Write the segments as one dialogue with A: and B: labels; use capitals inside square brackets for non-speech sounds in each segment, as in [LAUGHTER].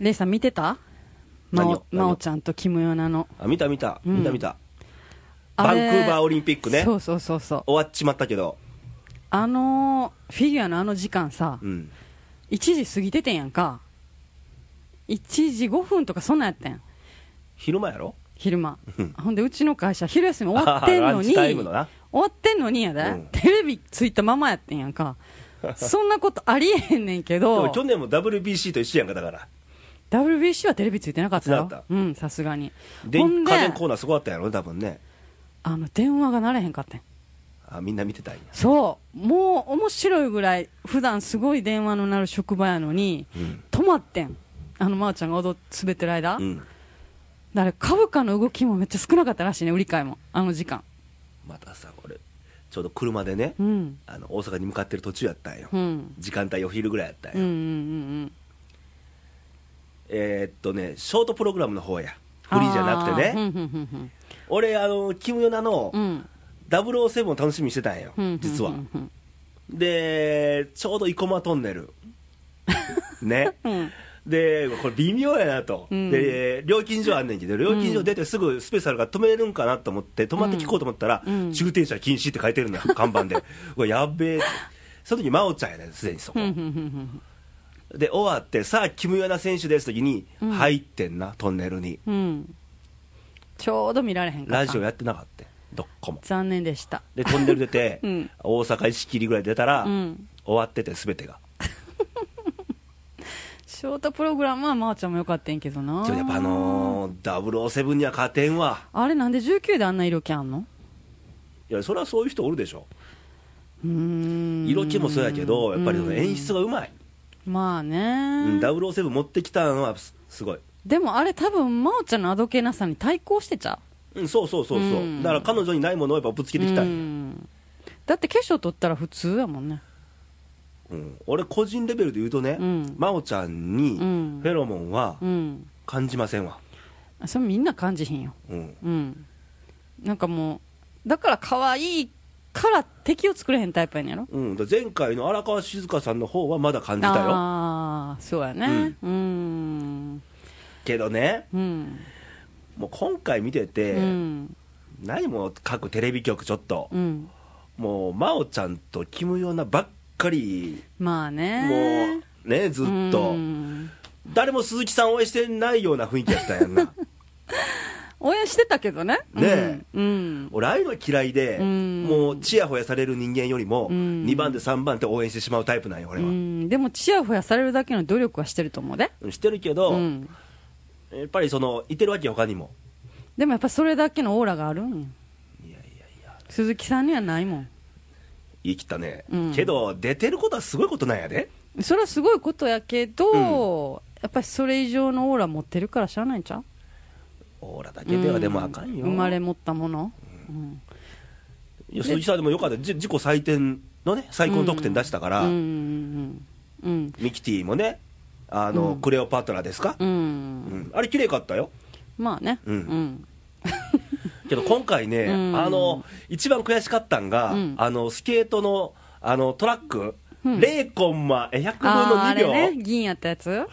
A: レイさん見てたま
B: 何
A: お
B: を何を
A: まおちゃんとキムヨナの。
B: あ、見た見た、
A: うん
B: 見た見た。バ
A: あ
B: ンク
A: れ
B: ーバーオリンピックね。
A: そうそうそうそう。
B: 終わっちまったけど。
A: あのーフィギュアのあの時間さ、
B: うん。
A: 1時過ぎててんやんか。1時5分とかそんなんやったんやん。
B: 昼間やろ
A: 昼間
B: うん。
A: ほんで、うちの会社、昼休み終わってん
B: あ
A: の
B: [LAUGHS] ラン
A: に、
B: チタイム
A: 終
B: のな。
A: わってんのにやで、
B: うん
A: テレビついたままやってんやん
B: [LAUGHS]
A: か。そんなことありえへんねんけ
B: でも
A: ど、
B: 去年も WBC と一緒やんか、だから。
A: WBC はテレビついてなかったよ。
B: つなかっ
A: うん、さすがに。
B: で、
A: ほ
B: 家
A: んで、
B: 電コーナーすごかったやろね、多分ね。
A: あの、電話がなれへんかったん
B: あ、みんな見てたんや。
A: そう、もう面白いぐらい、普段すごい電話のなる職場やのに、
B: うん。
A: 止まってん、あのまおちゃんが踊っ滑ってる間、
B: うん。
A: だから株価の動きもめっちゃ少なかったらしいね、売り買いも、あの時間。
B: またさ、俺、ちょうど車でね、
A: うん、
B: あの、大阪に向かってる途中やったんよ
A: う。ん、
B: 時間帯お昼ぐらいやったん
A: うん、うん、う
B: よ。
A: ん、
B: えーっとね、ショートプログラムの方や。フリーじゃなくてね。
A: あーうん、うん、うん
B: 俺、あの、キムヨナの
A: うん、うん
B: 007を楽しみにしてたんよ
A: うんうん、、
B: 実は
A: う。んうん
B: で、ちょうど生駒トンネル。
A: [LAUGHS]
B: ね。
A: うん、
B: で、これ微妙やなと。
A: うん
B: で、料金所あんねんけど、料金所出てすぐスペースあるから止めれるんかなと思って、止まって聞こうと思ったら、
A: うん
B: 駐停車禁止って書いてるん
A: [LAUGHS]
B: だよ、看板で。うわやっべえって。その時、真央ちゃんやねん、すでにそこ
A: う。ん、うん
B: で、終わって、さあ、キムヨナ選手です時に、
A: うん
B: 入ってんな、トンネルに。
A: うん、うん、ちょうど見られへんか
B: ラ
A: っ
B: ジオ
A: た。
B: やってなかった。どっこも。
A: 残念でした。、
B: で、トンネル出て
A: [LAUGHS] うん
B: 大阪石切りぐらい出たら、
A: うん、
B: 終わってて、すべてが。
A: ショートプログラムはまおちゃんもよかったんやけどな。
B: ちょやっぱあのー、007には勝てんわ。
A: あれなんで19であんな色気あんの
B: いや、それはそういう人おるでしょ。
A: うーん
B: 色気もそうやけど、やっぱりその演出
A: が
B: がうまい、
A: まあね、
B: うん、007持ってきたのはすすごい、
A: でもあれ多分真央ちゃんのあどけなさに対抗してちゃ
B: うん、そうそうそうそう、
A: うん
B: だから彼女にないものをやっぱぶつ
A: う
B: けてきた
A: う
B: や、
A: んんだって化粧取ったら普通やもんね
B: うん、俺個人レベルで言うとね、
A: うん
B: 真央ちゃん
A: う
B: に
A: ん
B: フェロモンは
A: うん
B: 感じませんわ、
A: それみんな感じひんよ
B: うん、
A: うんなんかもうだから可愛いから敵を作れへんタイプやねんやろ
B: うん、だから前回の荒川静香さんの方はまだ感じたよ
A: ああそうやねうん
B: けどね
A: うん
B: もう今回見て
A: う
B: て、
A: ん
B: 何も各テレビ局ちょっと、
A: うん
B: もう真央ちゃんとキム・ヨナばっかり、
A: まあね
B: もうねずっと、
A: うん
B: 誰も鈴木さん応援してないような雰囲気やったんやん
A: [LAUGHS]
B: な
A: 応援してたけどね
B: ね
A: うんうん
B: 俺ああいうのは嫌いで、
A: うん
B: もうちやほやされる人間よりも、
A: うん
B: 2番で3番って応援してしまうタイプなんよ俺
A: う
B: は、
A: んでもちやほやされるだけの努力はしてると思うで、
B: してるけど、
A: うん
B: やっぱりそのいてるわけよ他にも
A: でもやっぱそれだけのオーラがあるんよ
B: いやいやいや
A: 鈴木さんにはないもん
B: 言い切ったね、
A: うん
B: けど出てることはすごいことなんやで
A: それはすごいことやけど、やっぱりそれ以上のオーラ持ってるからしゃあないんちゃう
B: オーラだけではでもあかんよ、
A: う生まれ持ったもの、うん
B: いや鈴木さんでもよかったじ自己採点のね最高得点出したか
A: う
B: ら、
A: んうんうん
B: ミキティもねあの、
A: うん
B: クレオパトラですか、
A: うん、う
B: うん
A: ん、
B: あれ綺麗かったよ
A: まあね
B: うん
A: うん
B: けど今回ね、
A: うん
B: あの一番悔しかったんが、
A: うん
B: あのスケートのあのトラック、
A: うん
B: 0コンマえ100分の
A: あーあ
B: 2秒、
A: れね銀やったやつ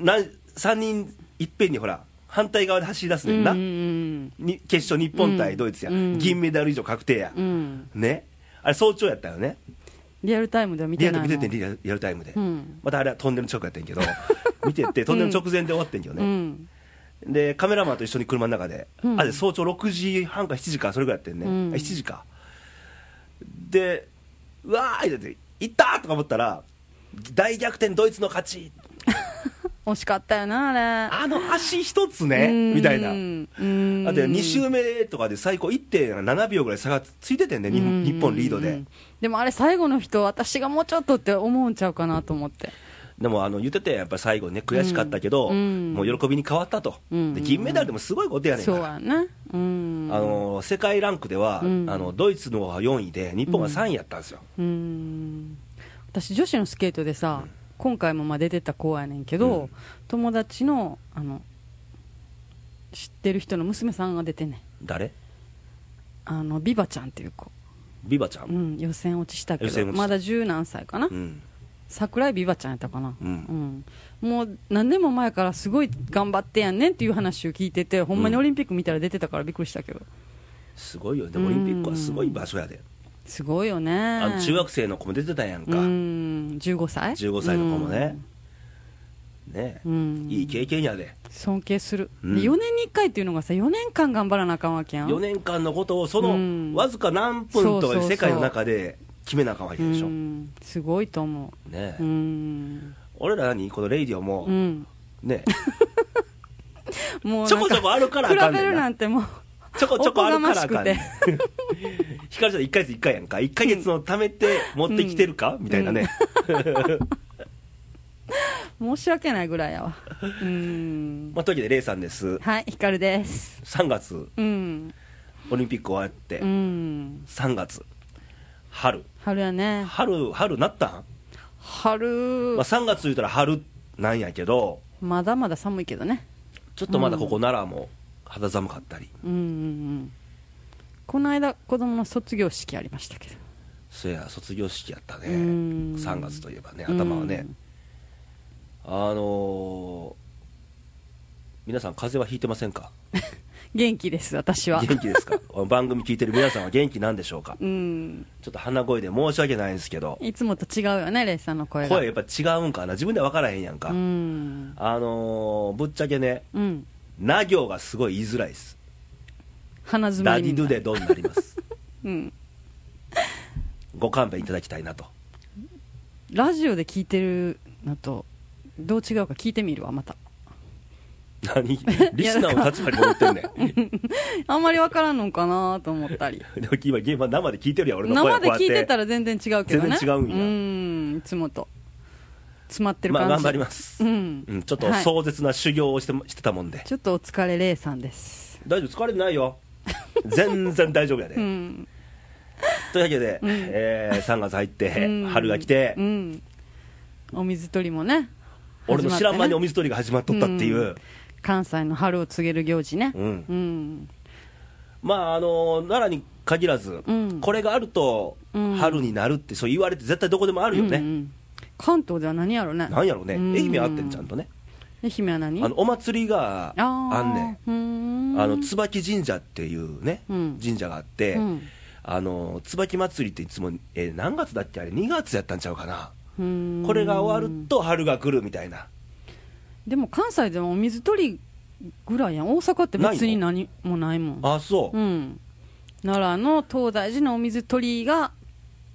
B: なん3人いっぺんにほら反対側で走り出すねんな、
A: うんうん
B: に決勝日本対ドイツや、
A: うん
B: 銀メダル以上確定や、
A: うんうん
B: ねあれ早朝やったよね
A: リアルタイムでは見
B: リア
A: て
B: ル
A: ない
B: 見
A: も
B: て
A: ん
B: てリアルリアルタイムで、
A: うん
B: またあれはトンネル直やってん
A: [LAUGHS]
B: けど見ててトンネル直前で終わってんけど
A: う
B: ね、
A: ん
B: でカメラマンと一緒に車の中で、
A: うん
B: あれ早朝6時半か7時かそれぐらいやってんね、
A: うん
B: あ7時かでうわーいって行ったーとか思ったら大逆転ドイツの勝ち
A: 惜しかったよなあれ
B: あの足一つ
A: う
B: ね
A: ん
B: みたいな
A: うん
B: だって2周目とかで最高1.7秒ぐらい差がついててんね日
A: うん
B: 本日本リード
A: う
B: で
A: んでもあれ最後の人私がもうちょっとって思うんちゃうかなと思って
B: でもあの言っててやっぱり最後ね悔しかったけど、
A: うん
B: もう喜びに変わったと、
A: うん
B: で銀メダルでもすごいことやねんか
A: そ
B: ら
A: うやねうん
B: あの世界ランクでは、
A: うん
B: あのドイツの方が4位で日本が3位やったんですよ、
A: うん私女子のスケートでさ今回もまあ出てた子やねんけど、
B: うん
A: 友達のあの知ってる人の娘さんが出てんねん
B: 誰
A: あのビバちゃんっていう子、
B: ビバちゃん、
A: うん、予選落ちしたけ
B: 予選
A: ど
B: 落ちた
A: まだ十何歳かな、
B: うん
A: 桜井美和ちゃんやったかな、
B: うん
A: うんもう何年も前からすごい頑張ってやんねんっていう話を聞いててほんまにオリンピック見たら出てたからびっくりしたけど、
B: すごいよでオリンピックはすごい場所やです
A: ごいよね
B: あの中学生の子も出てたやんか
A: うん15歳
B: 15歳の子もねね
A: うん、うん
B: いい経験やで
A: 尊敬する、
B: うん
A: で4年に1回っていうのがさ4年間頑張らなあかんわけやん
B: 4年間のことをそうの
A: ん
B: わずか何分と
A: そう
B: か
A: そう
B: で
A: そう
B: 世界の中で決めなあかんわけでしょ
A: う
B: ね
A: んすごいと思う、う
B: え
A: ん
B: 俺ら何このレイディオも
A: うん、
B: ね
A: [LAUGHS] もう
B: ちょ
A: なん
B: こちょ
A: か
B: こあるからあか
A: 比
B: ん
A: べ
B: ねん
A: るな
B: なん
A: てもう
B: ちょこちょこあるからあ
A: お
B: か
A: こが
B: ん
A: ま
B: ね
A: し
B: ん [LAUGHS] ひかるちゃん1ヶ月1回やんか1ヶ月の貯めて持ってきてるかみたいなね
A: 申し訳ないぐらいやわうん
B: まあというわけでレイさんです
A: はいひかるです
B: 3月
A: うん
B: オリンピック終わって
A: うん
B: 3月春
A: 春やね
B: 春春なったん、
A: 春
B: まあ、3月言うたら春なんやけど
A: まだまだ寒いけどね
B: ちょっとまだここ奈良も肌寒かったり、
A: うんうんうんこの間子供の卒業式ありましたけど
B: そや卒業式やったね
A: うん
B: 3月といえばね頭はね、あのー皆さん風邪はひいてませんか
A: 元気です私は
B: 元気ですか番組聞いてる皆さんは元気なんでしょうか
A: うん
B: ちょっと鼻声で申し訳ないんですけど
A: いつもと違うよねレイさんの声が
B: 声やっぱ違うんかな自分では分からへんやんか、
A: うん
B: あのーぶっちゃけね
A: うん
B: な行がすごい言いづらいです
A: 鼻づま
B: ダ
A: り
B: ディ
A: み
B: ドゥ
A: たい
B: デドになります
A: [LAUGHS] うん
B: ご勘弁いただきたいなと
A: ラジオで聞いてるのとどう違うか聞いてみるわまた
B: 何 [LAUGHS] リスナーの立場に戻ってんねん
A: あんまりわからんのかなと思ったり
B: でも今現場生で聞いてるやん俺の声
A: 生
B: こう
A: で
B: やって
A: 聞いてたら全然違うけどね
B: 全然違うんや
A: んいつもと詰まってる
B: ま
A: 感
B: あ
A: じ、
B: 頑張ります、
A: うん
B: うんちょっと
A: はい
B: 壮絶な修行をして,、してたもんで
A: ちょっとお疲れレイさんです
B: 大丈夫疲れてないよ全然大丈夫やで、
A: うん
B: というわけで、えー3月入って、
A: うん
B: 春が来て、
A: うんお水取りもね
B: 俺の知らん間にお
A: 水
B: 水取りが始まっとったっていう、
A: うん関西の春を告げる行事ね
B: うん
A: うん
B: まああの奈良に限らず、
A: うん
B: これがあると
A: うん
B: 春になるってそう言われて絶対どこでもあるよね、
A: うんうん関東では何やろね
B: なんやろうね、
A: うん
B: 愛媛あってんちゃんとね
A: 愛媛は何
B: あのお祭りが
A: ー
B: あんね
A: うー
B: ん
A: ん
B: あの椿神社っていうね、
A: うん
B: 神社があって、
A: うん
B: あの椿祭りっていつも、えー何月だっけあれ2月やったんちゃうかな
A: うーん
B: これが終わると春が来るみたいな
A: でも関西でもお水取りぐらいやん大阪って別に何もないもん
B: あそう、
A: うん奈良の東大寺のお水取りが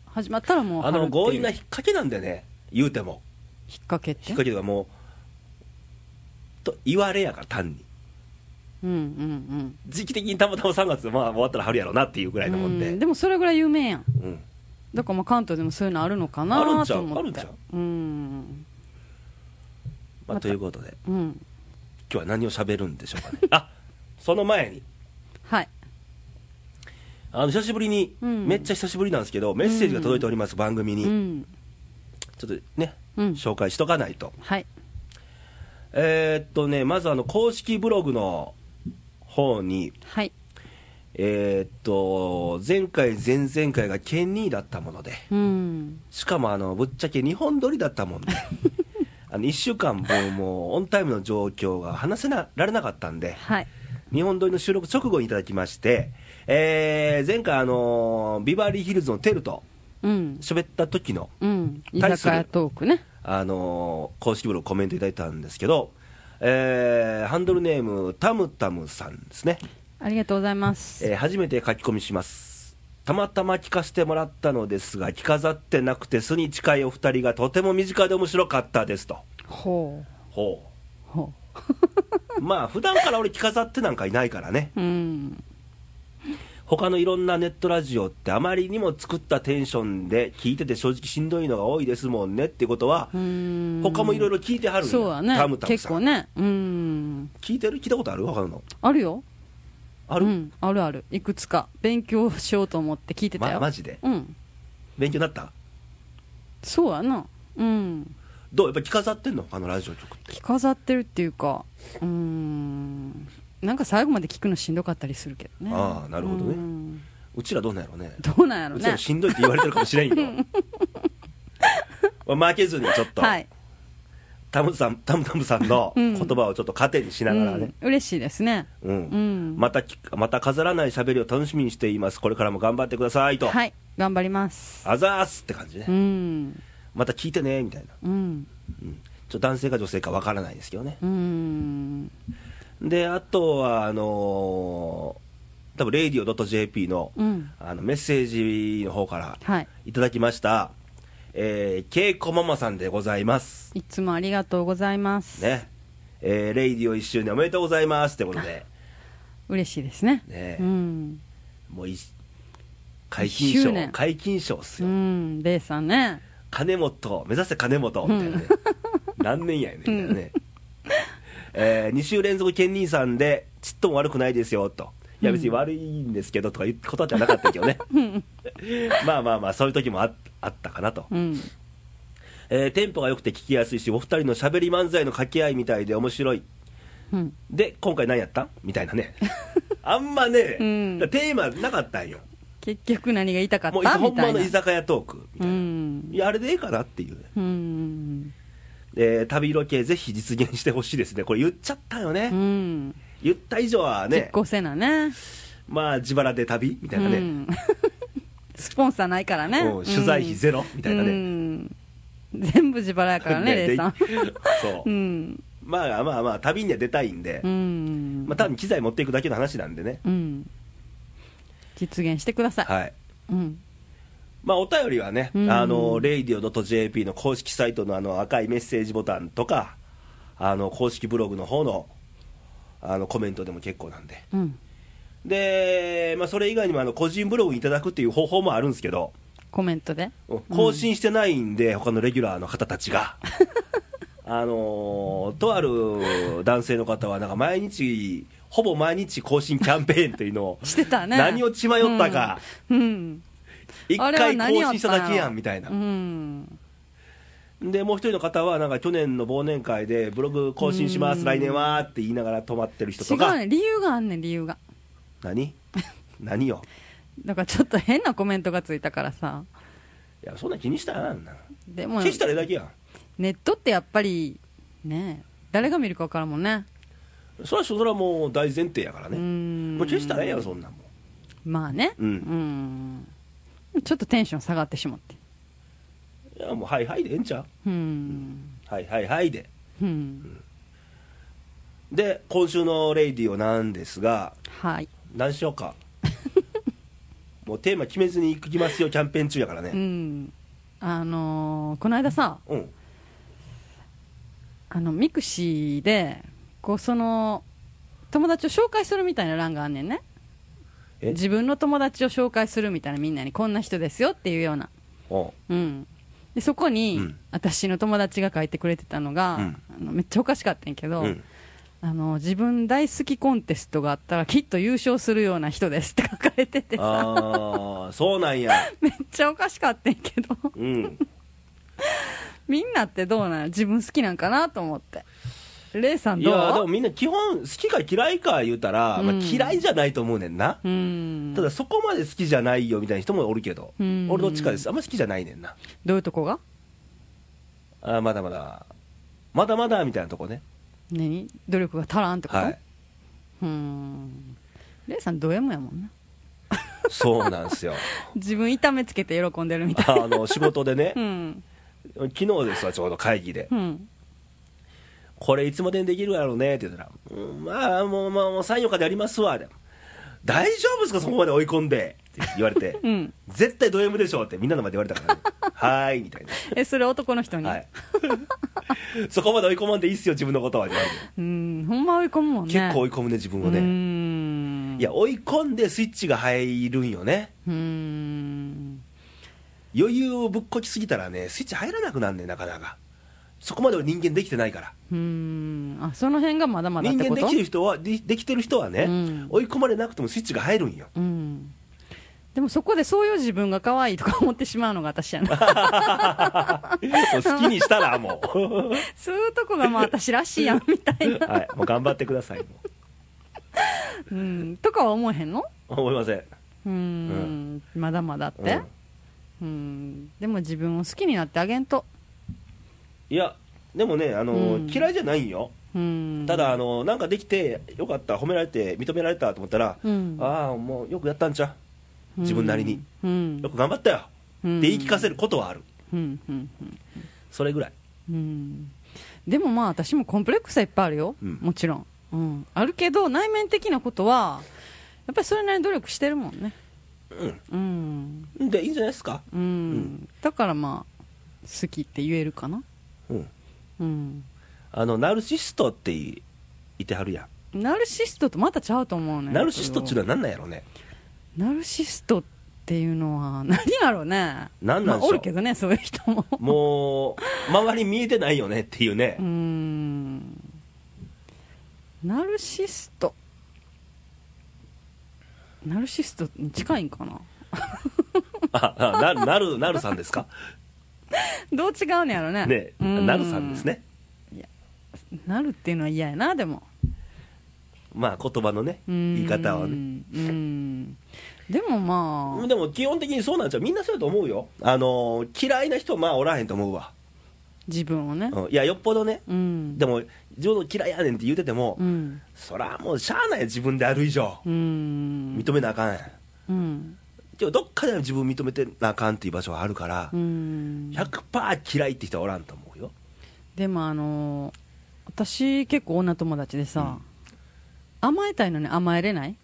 A: 始まったらもう
B: あ
A: 春
B: の
A: っていう
B: 強引な引っ掛けなんだよね言うても
A: 引っ掛けって
B: 引っ掛けがもうと言われやから単に
A: うんうん
B: 時期的にたまたま3月まあ終わったら春やろうなっていうぐら
A: う
B: い
A: ん
B: のもんで、
A: うんでもそれぐらい有名やん
B: うん
A: だからまあ関東でもそういうのあるのかな
B: あるんちゃう
A: と思って
B: あるんちゃう
A: うん
B: まあ、
A: ま
B: と
A: た
B: いうことで
A: うん
B: 今日は何を喋るんでしょうかねあその前に
A: はい
B: あの久しぶりに、
A: うん
B: めっちゃ久しぶりなんですけどメッセージが届いております、番組に、
A: うん
B: ちょっとね、
A: うん
B: 紹介しとかないと
A: はい
B: えーっとねまずあの公式ブログの方に
A: はい
B: えーっと前回前々回がケンニーだったもので
A: うん
B: しかもあのぶっちゃけ2本撮りだったもんで
A: [LAUGHS]
B: あの1週間もうもうオンタイムの状況が話せなられなかったんで
A: はい
B: 日本撮りの収録直後にいただきまして、えー前回、あのービバリーヒルズのテルと
A: うん
B: 喋った時の、
A: うん居
B: 対す
A: 酒
B: る
A: 屋トークね
B: あのー公式ブログコメントいただいたんですけど、えーハンドルネームタムタムさんですね、
A: ありがとうございます
B: えー初めて書き込みしますたまたま聞かせてもらったのですが着飾ってなくて素に近いお二人がとても身近で面白かったですと
A: ほ
B: ほ
A: うほ
B: うまあ普段から俺着飾ってなんかいないからね
A: ううん
B: 他のいろんなネットラジオってあまりにも作ったテンションで聞いてて正直しんどいのが多いですもんねってことは
A: うん
B: 他もいろいろ聞いてはるんや
A: そうだね
B: タムタム
A: 結
B: さ
A: 構
B: ん
A: ねうん
B: 聞いてる聞いたことある他の
A: あるよ
B: ある
A: うん、あるあるいくつか勉強しようと思って聞いてた
B: ま
A: よ、
B: マジで
A: うん
B: 勉強になった
A: そうやなうん
B: どうやっぱ着飾ってんの他のラジオ局って
A: 着飾ってるっていうかうーんなんか最後まで聞くのしんどかったりするけどね
B: ああなるほどね
A: うん
B: うちらどうなんやろうね
A: どうなんやろ
B: うちら
A: ね [LAUGHS]
B: しんどいって言われてるかもしれんけどまあ負けずにちょっと、
A: はい、
B: タムさんタムタムさんの言葉をちょっと糧にしながらね、
A: うん嬉しいですね。
B: うん
A: うん
B: またきまた飾らない喋りを楽しみにしていますこれからも頑張ってくださいと、
A: はい、頑張ります。
B: あざーすって感じね、
A: うん、
B: また聞いてねみたいな、
A: うん、
B: うん、ちょっと男性か女性かわからないですけどね
A: うん、
B: であとはあのー多分 radio.jp の,、
A: うん
B: あのメッセージの方から
A: はい、
B: いただきました、えー、けいこママさんでございます
A: いつもありがとうございます。
B: ねえーレイディオ1周年おめでとうございますってことで、
A: 嬉しいですね。
B: ね
A: うん、
B: もうい解禁
A: 一周
B: 賞
A: 年
B: 解禁賞っす
A: う
B: よ、
A: ん、レイさんね。
B: 金本目指せ金本みたいなね、何年やねんみたいなね、え2週連続ケンニーさんでちっとも悪くないですよといや別に悪いんですけどとか言ったことはじゃなかったけどね [LAUGHS] まあまあまあそういう時もああったかなと、
A: うん、
B: えーテンポが良くて聞きやすいしお二人のしゃべり漫才の掛け合いみたいで面白い
A: うん、
B: で今回何やったみたいな
A: [LAUGHS]
B: ねあんまね、
A: うん
B: テーマなかったんよ
A: 結局何が言いたかっ
B: もう
A: た
B: ほ
A: み
B: ん
A: た
B: ま
A: いな
B: の居。酒屋トークみ
A: う
B: たいな、
A: ん、
B: いやあれでええかなっていうね、
A: うん、
B: えー旅ロケぜひ実現してほしいですねこれ言っちゃったよね、
A: うん、
B: 言った以上は
A: 実
B: ね
A: 行せなね。
B: まあ自腹で旅みたいな
A: う
B: ね、
A: んスポンサーないからね
B: もう取材費ゼロみたいな
A: う
B: ね、
A: ん全部自腹やからねレイさん
B: で [LAUGHS] そう、
A: うん
B: まあまあまあ旅には出たいんで、
A: うん
B: まあ多分機材持っていくだけの話なんでね、
A: うん実現してください、
B: はい
A: うん
B: まあ、お便りはね、
A: うん
B: あの radio.jp の公式サイトのあの赤いメッセージボタンとか、あの公式ブログの方のあのコメントでも結構なんで、
A: うん
B: でまあ、それ以外にもあの個人ブログいただくっていう方法もあるんですけど、
A: コメントで、
B: 更新してないんで、他のレギュラーの方たちが。あのーとある男性の方は、なんか毎日、ほぼ毎日更新キャンペーンというのを
A: してたね
B: 何を血迷ったか、
A: うん
B: 一
A: あれは
B: 回更
A: 何やったん
B: 新
A: やろ
B: しただけやんみたいな
A: う。ん
B: でもう一人の方はなんか去年の忘年会でブログ更新しま
A: う
B: す
A: ん
B: 来年はって言いながら止まってる人
A: 違
B: とか
A: うね理由があんねん理由が
B: 何 [LAUGHS] 何よ
A: だからちょっと変なコメントがついたからさ
B: いやそんな気にしたらあんな
A: でも
B: 消したらええだけや
A: ネットってやっぱりね誰が見るか分からんもんね
B: んそれはそれはもう大前提やから
A: う
B: ね
A: ん
B: もう消したらええやんそんなんもん
A: まあね、
B: うん
A: うんちょっとテンション下がってしまって、
B: いやもうはいはいでええんちゃう
A: うん、
B: はいはいはいで
A: うん、
B: で今週の「レイディオ」なんですが
A: はい、
B: 何しよう
A: [LAUGHS]
B: かもうテーマ決めずに行きますよキャンペーン中やから
A: う
B: ね
A: ん、あのーこの間さ、
B: うん
A: あのミクシーで、こうその友達を紹介するみたいな欄があんねんね、
B: え
A: 自分の友達を紹介するみたいな、みんなにこんな人ですよっていうような、
B: おう
A: うん、でそこに、
B: うん
A: 私の友達が書いてくれてたのが、
B: うん
A: あのめっちゃおかしかったんやけど。
B: うん
A: あの自分大好きコンテストがあったらきっと優勝するような人ですって書かれててさ
B: ああそうなんや
A: めっちゃおかしかったんやけど [LAUGHS]
B: うん
A: みんなってどうなん自分好きなんかなと思ってレイさん
B: い
A: どう
B: やでもみんな基本好きか嫌いか言うたら、まあ、
A: うん
B: 嫌いじゃないと思うねんな、
A: うーん
B: ただそこまで好きじゃないよみたいな人もおるけど、
A: うん
B: 俺どっちかですあんま好きじゃないねんな
A: どういうとこが
B: あーまだまだまだまだみたいなとこね
A: 何努力が足らんってこと、
B: はいう
A: ーんレイさんド M やもんな
B: そうなんです
A: [LAUGHS]
B: よ
A: 自分痛めつけて喜んでるみたい
B: あの仕事でね、
A: うん
B: 昨日ですわちょうど会議で、
A: うん
B: これいつまでにできるやろうねって言ったら、うん、まあもうまあもう34日でやりますわで大丈夫ですかそこまで追い込んでって言われて、
A: [LAUGHS] うん
B: 絶対ド M でしょうってみんなの前で言われた
A: [LAUGHS]
B: から、ね、はーいみたいな
A: えそれ男の人に、
B: はい、 [LAUGHS] そこまで追い込まんでいいっすよ、自分のことは、
A: うんほんま追い込むもんね
B: 結構追い込むね、自分を
A: うー
B: ね、
A: ん
B: いや、追い込んでスイッチが入るんよね、
A: うーん
B: 余裕をぶっこきすぎたらね、スイッチ入らなくなんねんなかなか、そこまで俺人間できてないから、
A: うーんあその辺がまだまだっ
B: 人
A: て
B: 間
A: こと
B: できてる人は、でできてる人はね、
A: うん
B: 追い込まれなくてもスイッチが入るんよ、
A: うん、でもそこでそういう自分が可愛いとか思ってしまうのが私
B: [LAUGHS]
A: やな
B: もう好きにしたら、もう、
A: そういうとこがまあ私らしいやんみたい
B: [LAUGHS]
A: な、
B: はい、もう頑張ってください、も
A: うん、とかは思えへんの
B: う思いません。
A: うーんまだまだって、うんでも自分を好きになってあげんと
B: いやでもねあの、
A: うん
B: 嫌いじゃないんよ
A: うん
B: ただあのなんかできてよかった褒められて認められたと思ったら、
A: うん
B: ああもうよくやったんちゃう自分なりに、
A: うん
B: よく頑張ったよ
A: うん
B: って言い聞かせることはある、
A: うんうんうん
B: それぐらい
A: うんでもまあ私もコンプレックスはいっぱいあるよ、
B: うん
A: もちろん、うん、あるけど内面的なことはやっぱりそれなりに努力してるもんね
B: うん
A: うん、
B: でいいんじゃないですか
A: うんだからまあ好きって言えるかな
B: うん
A: うん
B: あのナルシストっていいてはるや
A: ナルシストとまたちゃうと思うね
B: んナルシストっちゅうのは
A: は
B: 何なんやろうね
A: ナルシストっていうのは何やろうね
B: 何なんでしょう
A: まあ、おるけどねそういう人も [LAUGHS]
B: もう周り見えてないよねっていうね
A: うーんナルシストナルシストに近いんかな
B: ああななるなるさんですか
A: どう違うねやろね
B: ね
A: うーん
B: なるさんですね
A: なるっていうのは嫌やなでも
B: まあ言葉のね
A: うーん
B: 言い方は
A: う
B: ね
A: ーんでもまあ
B: でも基本的にそうなんちゃうみんなそうやと思うよあの嫌いな人まあおらへんと思うわ、
A: 自分をね
B: うん、いやよっぽどね
A: うん
B: でも自分の嫌いやねんって言うてても、
A: うん
B: そらもうしゃあない自分である以上
A: うーん
B: 認めなあかんやん
A: うん
B: けどどっかで自分認めてなあかんっていう場所はあるから、
A: うーん
B: 100%嫌いって人はおらんと思うよ
A: でもあのー私結構女友達でさ、甘えたいのに甘えれない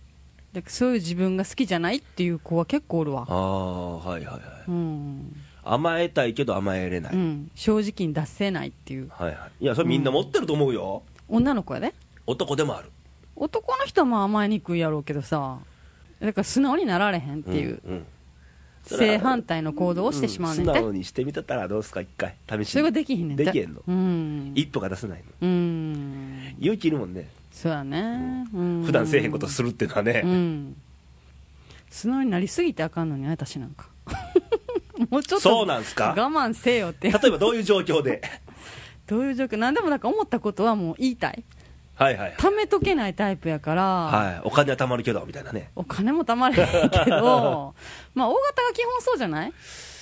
A: でそういう自分が好きじゃないっていう子は結構おるわ
B: ああはいはいはい
A: うん、
B: 甘えたいけど甘えれない、
A: うん、正直に出せないっていう
B: はいはいいやそれみんな持ってると思うよ、
A: 女の子やで
B: 男でもある
A: 男の人はまあ甘えにくいやろうけどさだから素直になられへんっていう、
B: んんそれは
A: 正反対の行動をしてしまうねん
B: 素
A: て、
B: 直にしてみたったらどうすか一回試し
A: それができひんねんて
B: できへんの
A: うん
B: 一歩が出せないの
A: うん
B: 勇気いるもんね
A: そうやね、うん、
B: 普段せえへんことするっていうのはね、
A: うん、素直になりすぎてあかんのに私なんか [LAUGHS] もうちょっと
B: そうなんすか
A: 我慢せよって
B: 例えばどういう状況で
A: どういう状況何でもなんか思ったことはもう言いたい
B: はいはい
A: 貯めとけないタイプやから、
B: はいお金は貯まるけどみたいなね
A: お金も貯まれへんけ
B: [LAUGHS]
A: どまあ大型が基本そうじゃない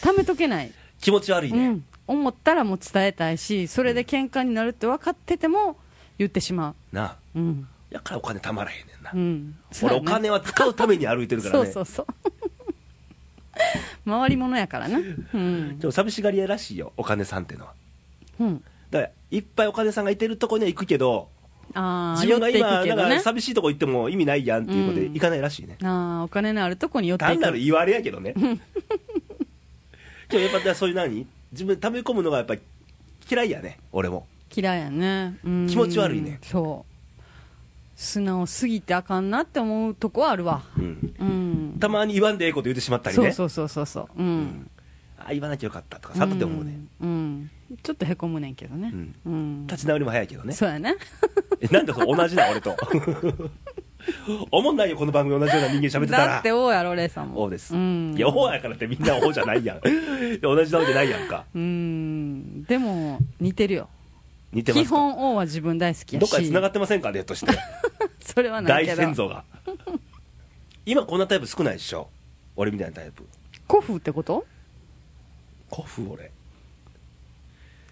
A: 貯めとけない、
B: 気持ち悪いうね、
A: ん、思ったらもう伝えたいしそれで喧嘩になるって分かってても言ってしま
B: なあ
A: ううん
B: だからお金貯まらへんねんな、
A: うん
B: 俺お金は使うために歩いてるから
A: [LAUGHS] そう
B: ね
A: そうそう回り物やからねうん
B: でも寂しがり屋らしいよお金さんってのは
A: うん
B: だからいっぱいお金さんがいてるとこには行くけど
A: ああ
B: 自分
A: 寄っ
B: が
A: てい
B: 今
A: くけど
B: だから
A: ね
B: 寂しいとこ行っても意味ないやんっていうことで
A: うん
B: 行かないらしいね、
A: ああお金のあるとこに寄ってい
B: 単
A: く
B: なる言われやけど [LAUGHS] ねでもやっぱだからそういう何自分で溜め込むのがやっぱ嫌いやね俺も
A: 嫌いやねうん
B: 気持ち悪いね
A: そう素直すぎてあかんなって思うとこはあるわ
B: うん
A: うん
B: たまに言わんでええこと言ってしまったり
A: そう
B: ね
A: そうそうそうそう
B: う
A: う
B: んんあ言わなきゃよかったとかさっと思うね、
A: うんうんちょっとへこむねんけどね
B: うん
A: うん
B: 立ち直りも早いけどね
A: そうやね
B: [LAUGHS] えなんでこれ同じな俺と [LAUGHS] 思んないよこの番組同じような人間喋ってたら
A: だって王やろレイさんも
B: 王です、
A: うん
B: いや王やからってみんな王じゃないやんいや同じなわけないやんか
A: うんでも似てるよ
B: 似てます
A: 基
B: か
A: 本王は自分大好きやし
B: どっかで繋がってませんかねとして
A: [LAUGHS] それはな
B: 大
A: いけど
B: 先祖が今こんなタイプ少ないでしょ俺みたいなタイプ
A: 古風ってこと
B: 古風俺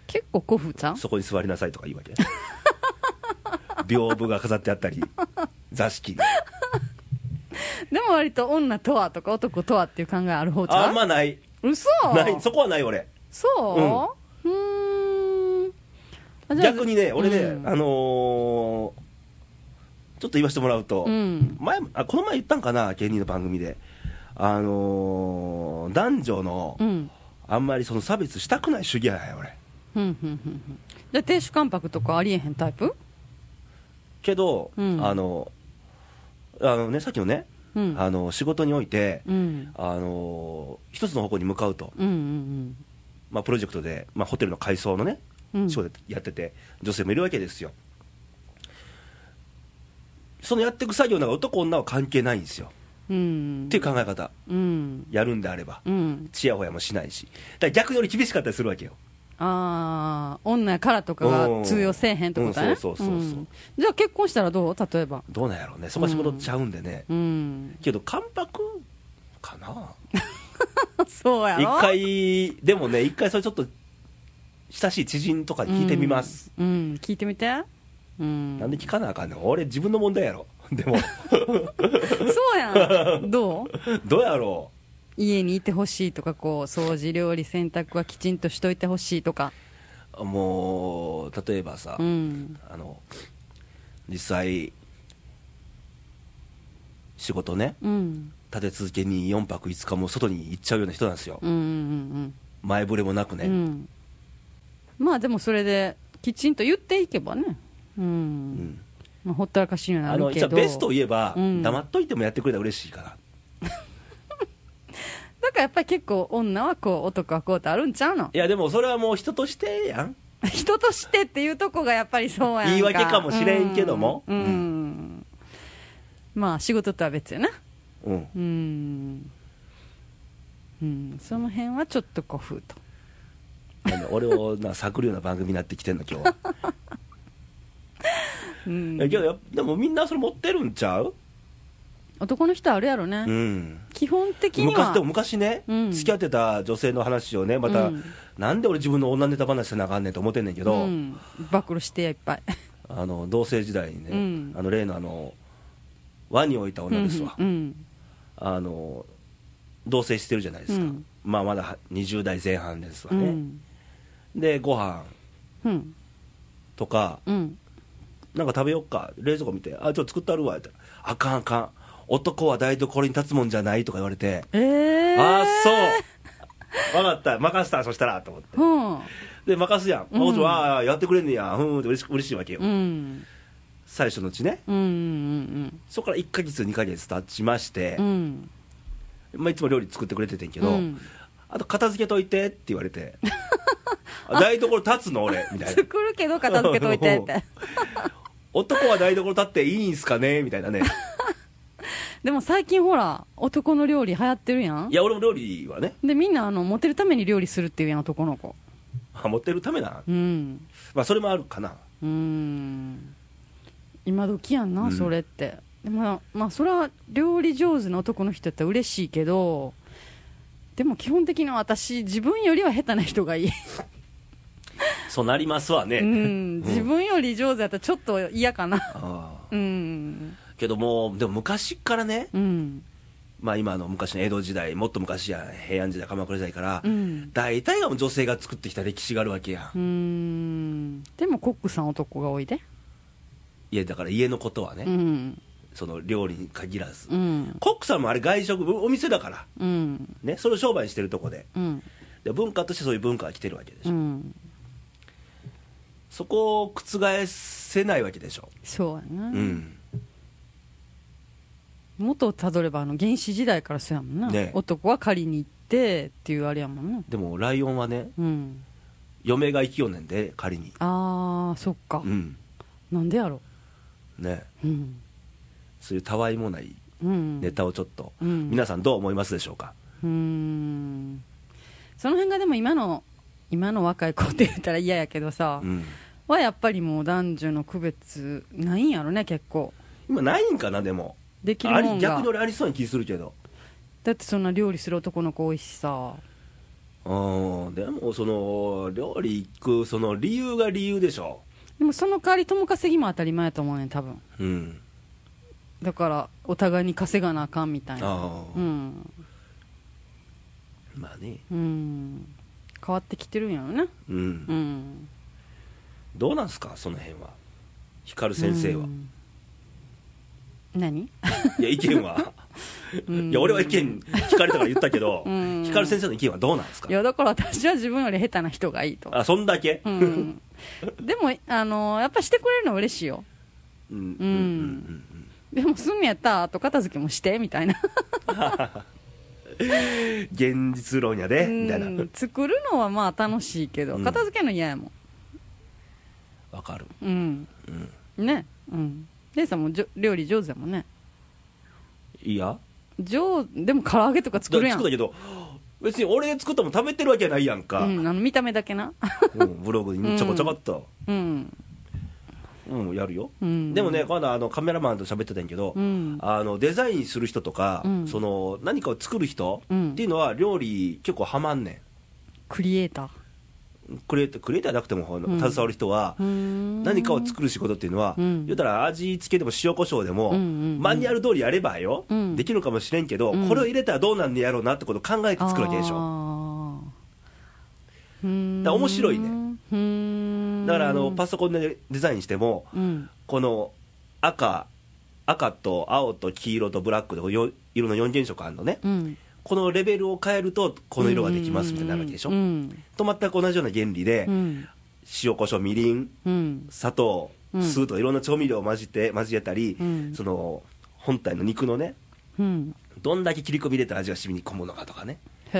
A: 結構古風ちゃん
B: そこに座りなさいとか言うわけ [LAUGHS] 屏風が飾ってあったり座敷に
A: でも割と女とはとか男とはっていう考えある方ちゃ
B: あ
A: うん
B: まない
A: 嘘
B: ないそこはない俺
A: そううーんあじゃあ
B: 逆にね俺ね、
A: うん
B: あのーちょっと言わせてもらうと、
A: うん
B: 前もあこの前言ったんかな芸人の番組であのー男女の、
A: うん
B: あんまりその差別したくない主義やね俺
A: うんうんうんうんじゃあ亭主関白とかありえへんタイプ
B: けど、
A: うん
B: あのあのねさっきのね、
A: うん
B: あの仕事において、
A: うん
B: あのー一つの方向に向かうと、
A: うんうん
B: まあ、プロジェクトで、まあ、ホテルの改装のね
A: うん
B: 仕事やってて女性もいるわけですよそのやっていく作業なんか男女は関係ないんですよ
A: うん
B: っていう考え方
A: うん
B: やるんであれば
A: うん
B: ちやほやもしないしだから逆に俺厳しかったりするわけよ
A: ああ女やからとかが通用せえへんってことやね
B: うんそうそうそうそうん
A: じゃあ結婚したらどう例えば
B: どうなんやろうねそこは仕事ちゃうんでね、
A: うん [LAUGHS]
B: けど関白かな
A: そうやろ
B: 一回でもね一回それちょっと親しい知人とかに聞いてみます、
A: うん、うん聞いてみてうん
B: なんで聞かなあかんねん俺自分の問題やろで
A: [LAUGHS]
B: も
A: そうやんどう
B: どうやろ
A: 家にいてほしいとかこう掃除料理洗濯はきちんとしといてほしいとか
B: うもう例えばさ、
A: うん
B: あの実際仕事ね
A: うん
B: 立て続けに4泊5日も外に行っちゃうような人なんですよ、
A: うんうんうん
B: 前触れもなくね、
A: うんうんまあでもそれできちんと言っていけばねう
B: う
A: ん、
B: ん
A: まあ、ほったらかしにはな
B: あ
A: る
B: の
A: け
B: 一
A: ど
B: 応ベストを言えば、
A: うん
B: 黙っといてもやってくれたら嬉しいから
A: だからやっぱり結構女はこう男はこうってあるんちゃうの
B: いやでもそれはもう人としてやん
A: 人としてっていうとこがやっぱりそうやんか
B: 言い訳かもしれんけども
A: うん、うん
B: う
A: まあ仕事とは別やな
B: うん
A: うん、うん、その辺はちょっと古風と
B: なん
A: [LAUGHS]
B: で俺をな探るような番組になってきてんの今日は
A: うん
B: いやけどやっぱでもみんなそれ持ってるんちゃう
A: 男の人はあるやろね、
B: うん
A: 基本的に
B: 昔
A: は
B: でも昔ね、
A: うん
B: 付き合ってた女性の話をねまた、
A: うん
B: なんで俺自分の女ネタ話せなあかんねんと思ってんねんけど、
A: うん、暴露してやいっぱい
B: あの同棲時代にね、
A: うん
B: あの例のあの輪に置いた女ですわ、
A: うんうん
B: あの同棲してるじゃないですか、
A: うん
B: まあまだ20代前半ですわ
A: う
B: ね、
A: ん
B: でご飯
A: うん
B: とか
A: うん
B: なんか食べよっか冷蔵庫見て「あちょっと作ってあるわ」って「あかんあかん男は台所に立つもんじゃない」とか言われて
A: え
B: 「
A: えー、
B: ああそう分かった任せたそしたら」と思って
A: うん
B: で任すやん、あ
A: うん
B: おちょああやってくれんねやうんって嬉し嬉しいわけよ、
A: うん
B: 最初のうちね
A: うんうん
B: そこから1ヶ月2ヶ月経ちまして
A: うんう、ん
B: まあ、いつも料理作ってくれててんけど、
A: うん
B: あと片付けといてって言われてあ台所立つの俺みたいな
A: 作るけど片付けといてって
B: [LAUGHS] 男は台所立っていいんすかねみたいなね
A: でも最近ほら男の料理流行ってるやん
B: いや俺も料理はね
A: でみんなあのモテるために料理するっていうやん男の子
B: あ持ってるためな、
A: うん
B: まあ、それもあるかな
A: うん今時やんな、
B: うん
A: それってでもまあ、まあ、それは料理上手な男の人やったら嬉しいけどでも基本的には私自分よりは下手な人がいい、
B: そうなりますわね、
A: うん、自分より上手やったらちょっと嫌かな
B: ああ
A: うん
B: けどもうでも昔からね、
A: うん
B: まあ、今の昔の江戸時代もっと昔や平安時代鎌倉時代から、
A: うん
B: 大体がもう女性が作ってきた歴史があるわけやん、
A: うんでもコックさん男が多いで
B: いやだから家のことはね、
A: うん
B: その料理に限らず、
A: うん
B: コックさんもあれ外食お店だから
A: うん
B: ねそれを商売してるとこで
A: うん
B: で文化としてそういう文化が来てるわけでしょ、
A: うん
B: そこを覆せないわけでしょ
A: そうやな、
B: うん
A: 元をたどればあの原始時代からそうやもんな、
B: ね
A: 男は狩りに行ってっていうあれやもんな
B: でもライオンはね
A: うん
B: 嫁が生きようねんで仮に
A: あーそっか、
B: うん
A: なんでやろ
B: ね
A: うん
B: そういうたわいもない
A: うん
B: ネタをちょっと、
A: うん
B: 皆さんどう思いますでしょうか
A: うーんその辺がでも今の今の若い子って言ったら嫌やけどさ、
B: うん
A: はやっぱりもう男女の区別ないんやろね結構
B: 今ないんかなでも
A: できる
B: あ
A: も
B: り
A: ん
B: 逆
A: が
B: に俺ありそうな気するけど
A: だってそんな料理する男の子多いしさ
B: うんでもその料理行くその理由が理由でしょ
A: でもその代わり共稼ぎも当たり前やと思うねん多分
B: うん
A: だからお互いに稼がなあかんみたいな
B: ああ、
A: うん
B: まあね
A: うん変わってきてるんやろね
B: うん、
A: うん
B: どうなんすかその辺は光先生は、
A: うん何
B: いや意見は
A: うん
B: いや俺は意見聞かれたから言ったけど、
A: うん
B: ひかる先生の意見はどうなんですか
A: いやだから私は自分より下手な人がいいと、
B: あそんだけ、
A: う
B: うん
A: ん、でもあのやっぱしてくれるのは嬉しいよ
B: うんうん
A: うんでもすんのやったら後片付けもしてみたいな
B: うん現実論やで、みたいな
A: うん作るのはまあ楽しいけど
B: うん
A: 片付けるの嫌やもん
B: わかる、
A: うん
B: うん、
A: ねうんレイさんもじょ料理上手だもんね
B: いや
A: 上でも唐揚げとか作るやん
B: だけど別に俺が作ったもん食べてるわけやないやんか、
A: う
B: うん
A: ん、あの見た目だけな
B: ブログにちょこちょこっと、
A: うん
B: うんやるよ、
A: うん
B: でもね今度あのカメラマンと喋ってたんやけど、
A: うん
B: あのデザインする人とか、
A: うん
B: その何かを作る人
A: うん
B: っていうのは料理結構はまんねん
A: クリエイター
B: クリエイタークリエイターなくても、あの
A: うん
B: 携わる人は、何
A: 何
B: かを作る仕事っていうのは、
A: うん
B: 言うたら味付けでも塩コショウでも、
A: うんうんうん
B: マニュアル通りやればよ、
A: うん
B: できるのかもしれんけど、
A: うん
B: これを入れたらどうなんねやろうなってことを考えて作るわけでしょ
A: ょうん
B: だから面白いね
A: ね
B: だからあのパ
A: ス、
B: ソコンでデザインしても
A: うん
B: この赤赤と青と黄色とブラックでこうよ色の4原色あるのね
A: うん、
B: このレベルを変えるとこの色ができますみたいになるわけでしょ、
A: うんうん
B: と全く同じような原理で、
A: うん
B: 塩コショウみりん
A: うん
B: 砂糖、
A: うん
B: 酢といろんな調味料を混じって交えたり、
A: うん
B: その本体の肉のね
A: うん
B: どんだけ切り込み入れたら味が染みに込むのかとかね考
A: 考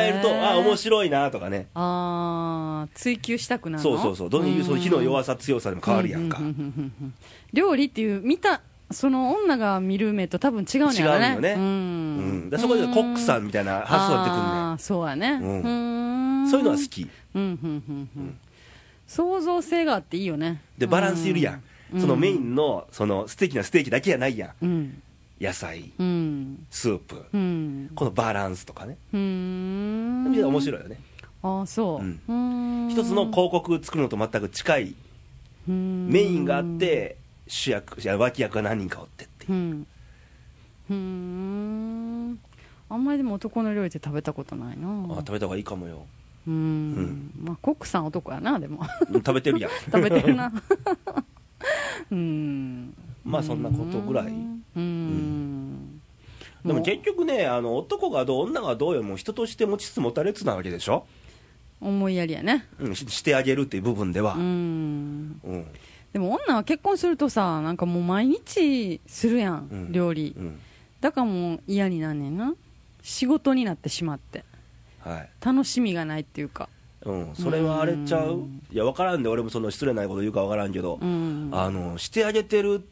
B: えるとあ面
A: い
B: 白いなとかね
A: あー追求したくなる
B: そ
A: の
B: うそうそうどういうその火の
A: さ
B: 弱さ強さでも変わるやんか、
A: うううんうんうん料理っていう見たその女が見る目と多分違うんやろね
B: 違うよね
A: う
B: うん
A: ん
B: だからそこでコックさんみたいな発想が出てくるねん
A: あーそうやね、
B: うん
A: ん
B: そういうのは好き
A: うんうんうんうん創造性があっていいよね
B: でバランスいるやん、
A: うん
B: そのメインのそのステーキなステーキだけじゃないやん
A: うん
B: 野菜
A: うん
B: スープ
A: うん
B: このバランスとかね
A: うん
B: みんな面白いよね
A: ああそ
B: う
A: う、
B: ん
A: うん
B: 一つの広告作るのと全く近いメ
A: メ
B: インがあって主役いや脇役が何人かおってっていう
A: うんうーんあんまりでも男の料理って食べたことないな
B: あ食べた方がいいかもよ
A: うーん、まあコックさん男やなでも [LAUGHS]
B: うん食べてるやん
A: 食べてるな [LAUGHS] うーん
B: まあそんなことぐらいう
A: ーんうーん
B: でも
A: う
B: 結局ねあの男がどう女がどうよりも人として持ちつ持たれつなわけでしょ、
A: 思いやりやね
B: うん、ししてあげるっていう部分で
A: う
B: は
A: ー、ん
B: うん
A: でも女は結婚するとさなんかもう毎日するやん、
B: うん
A: 料理
B: うん
A: だからもう嫌になんねんな仕事になってしまって
B: はい
A: 楽しみがないっていうか
B: うん、それはあれちゃ
A: う
B: うんいや分からんで俺もその失礼ないこと言うか分からんけど、
A: うん
B: あのしてあげてる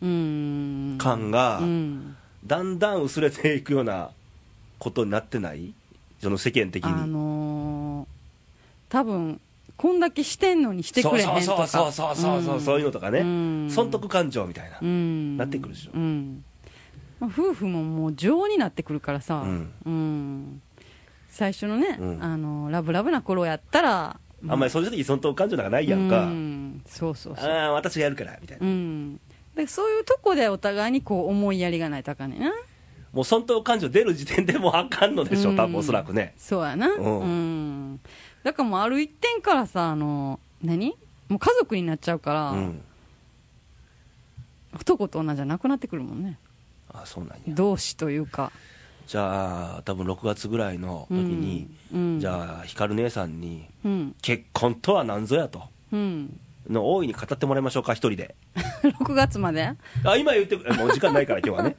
A: うん
B: 感が、
A: うん
B: だんだん薄れていくようなことになってないその世間的
A: あ
B: に
A: のー多分こんだけしてんのにしてくれへんとか
B: そうそうそうそうそうそう、そういうのとかね、
A: うん
B: 損得感情みたいな、
A: うん
B: なってくるでしょ
A: うんまあ、夫婦ももう情になってくるからさ、
B: うん
A: うん最初のね、
B: うん
A: あのラブラブな頃やったら
B: あんまり
A: そ
B: そういう時損得感情なんかないやんか、
A: うん、そうそうそう、
B: ああ私がやるからみたいな、
A: うん、でそういうとこでお互いにこう思いやりがないとあかんねんな
B: もう損得感情出る時点でもうあかんのでしょ、
A: うん
B: 多分おそらくね
A: そうやな
B: う
A: うんん、だからもうある一点からさあの何もう家族になっちゃうから、
B: うん
A: 男と女じゃなくなってくるもんね
B: あそうなんや
A: 同志というか
B: じゃあ多分6月ぐらいの時に、
A: うん、
B: じ
A: あ
B: ゃあ光姉さんに
A: うん
B: 結婚とは何ぞやと
A: うん [LAUGHS]
B: の大いに語ってもらいましょうか一人で
A: 6月まで
B: あ今言ってくもう時間ないから今日
A: [LAUGHS]
B: はね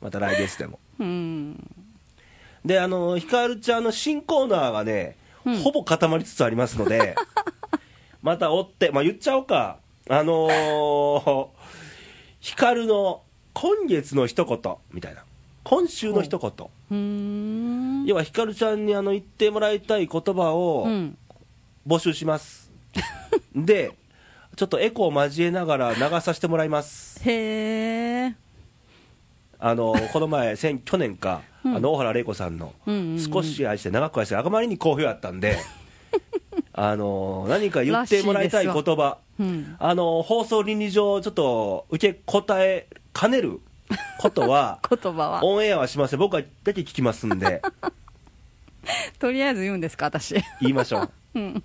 B: また来月でも
A: うん
B: であのひかるちゃんの新コーナーがね、
A: うん
B: ほぼ固まりつつありますの
A: [LAUGHS]
B: でまた追って、まあ、言っちゃおうかあのー、ひかるの今月の一言みたいな今週の一言
A: うーん
B: 要はひかるちゃんにあの言ってもらいたい言葉を
A: うん
B: 募集し
A: [LAUGHS]
B: ます、でちょっとエコー交えながら流させてもらいます
A: へえ
B: あのこの前先去年か、
A: うん
B: あの大原玲子さんの
A: うんうん
B: 「
A: うん
B: 少し愛して長く愛して」あまりに好評やったん
A: [LAUGHS]
B: であの何か言ってもらいたい言
A: らしい
B: 葉
A: うん
B: あの放送倫理上ちょっと受け答えかねること
A: [LAUGHS]
B: は
A: 言葉は
B: オンエアはしません僕はだけ聞きますんで
A: とりあえず言うんですか私
B: 言いましょう
A: うん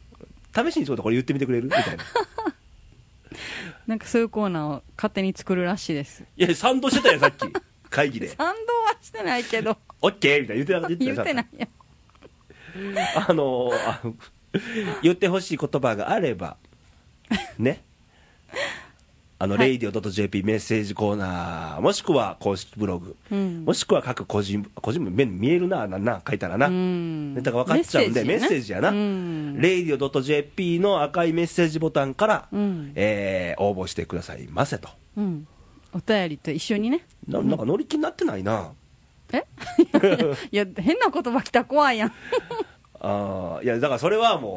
B: 試しにちょっとこれ言ってみてくれるみたい
A: [LAUGHS]
B: な
A: なんかそういうコーナーを勝手に作るらしいです
B: いや賛同してたよさっき会議で
A: [LAUGHS] 賛同はしてないけど
B: 「オッケーみたいな言ってなかった
A: 言ってないよ
B: あのあの言ってほしい言葉があれば、ね、あの、
A: はい
B: radio.jp メッセージコーナー、もしくは公式ブログ、
A: うん
B: もしくは各個人、個人名、目に見えるな、なんなん、書いたらな、
A: うん
B: ネタが分かっちゃうんで、メッセージやな、
A: うん
B: radio.jp の赤いメッセージボタンから、
A: うん
B: えー応募してくださいませと。
A: うんお便りと一緒にね
B: ななんか乗り気になってないな、 [LAUGHS]
A: えいや変な言葉来たら怖いやん
B: あーいや、だからそれはも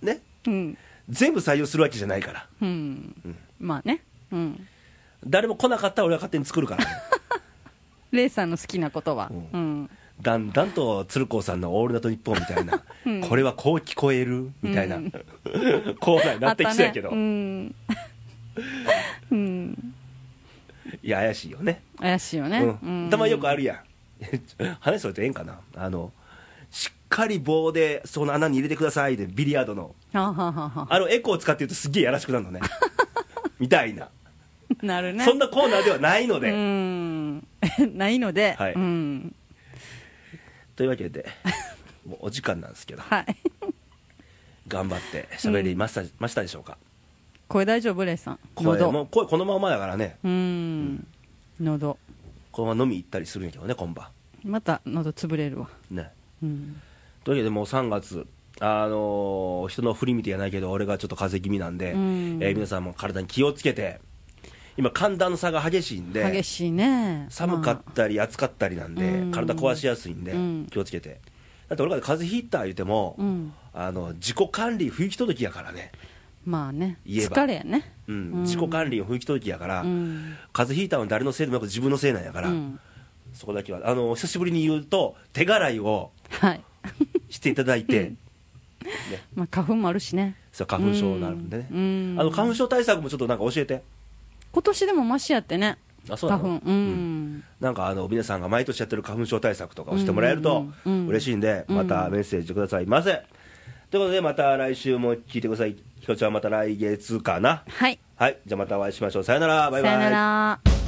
B: う、ね、
A: うん
B: 全部採用するわけじゃないから。
A: うん、まあねうん [LAUGHS]
B: 誰も来なかったら俺は勝手に作るからね、
A: レイさんの好きな言葉うん、
B: だんだんと鶴光さんの「オールナイトニッポン」みたいな、これはこう聞こえるみたいな、
A: う
B: コーナーになってきそうやけど、
A: あったねうん、うん、
B: いや怪しいよね
A: 怪しいよね、
B: うん、 [LAUGHS] たまによくあ
A: る
B: るやん話それてええんかなあのしっかり棒でその穴に入れてくださいでビリヤードの
A: はははは
B: あのエコーを使って言うとすっげえやらしくなるの
A: [LAUGHS]
B: ねみたいな、
A: なるね
B: そんなコーナーではないので、
A: うん [LAUGHS] ないので、
B: はい
A: うん
B: というわけでもうお時間なんですけど
A: はい、 [LAUGHS]
B: 頑張って喋りました,、ましたでしょうか
A: 声大丈夫レイさん
B: 声
A: 喉
B: もう声このままだからね
A: うん喉
B: このまま飲み行ったりするんやけどね今晩
A: また喉潰れるわ、
B: ね
A: うん、
B: というわけでもう3月あのー人の振り見てやないけど俺がちょっと風邪気味なんで、
A: うん
B: えー皆さんも体に気をつけて今寒暖差が激しいんで
A: 激しいね
B: 寒かったり暑かったりなんで、
A: うん
B: 体壊しやすいんで、
A: うん
B: 気をつけてだって俺が風邪ひいた言うても、
A: まあうん、
B: あの自己管理不行き届きやからね、
A: まあね
B: 言えば
A: 疲れやね
B: うん
A: うん
B: 自己管理不行き届きやから、
A: うん
B: 風邪ひいたのは誰のせいでもなく自分のせいなんやから、
A: うん
B: そこだけはあの久しぶりに言うと手洗いを
A: はい
B: していただいて、
A: [LAUGHS]
B: ね、
A: まあ花粉もあるしね
B: そう花粉症になるんでね、
A: うん
B: あの花粉症対策もちょっとなんか教えて
A: 今年でもマシやってね
B: あそうな
A: 花
B: の
A: 粉うん、
B: なんかあの皆さんが毎年やってる花粉症対策とかをしてもらえると
A: うんうんうん
B: 嬉しいんで、
A: うん
B: またメッセージくださいませ、ということでまた来週も聞いてくださいひこちゃんまた来月かな
A: はい
B: はいじゃあまたお会いしましょうさよならバイバイ
A: さよなら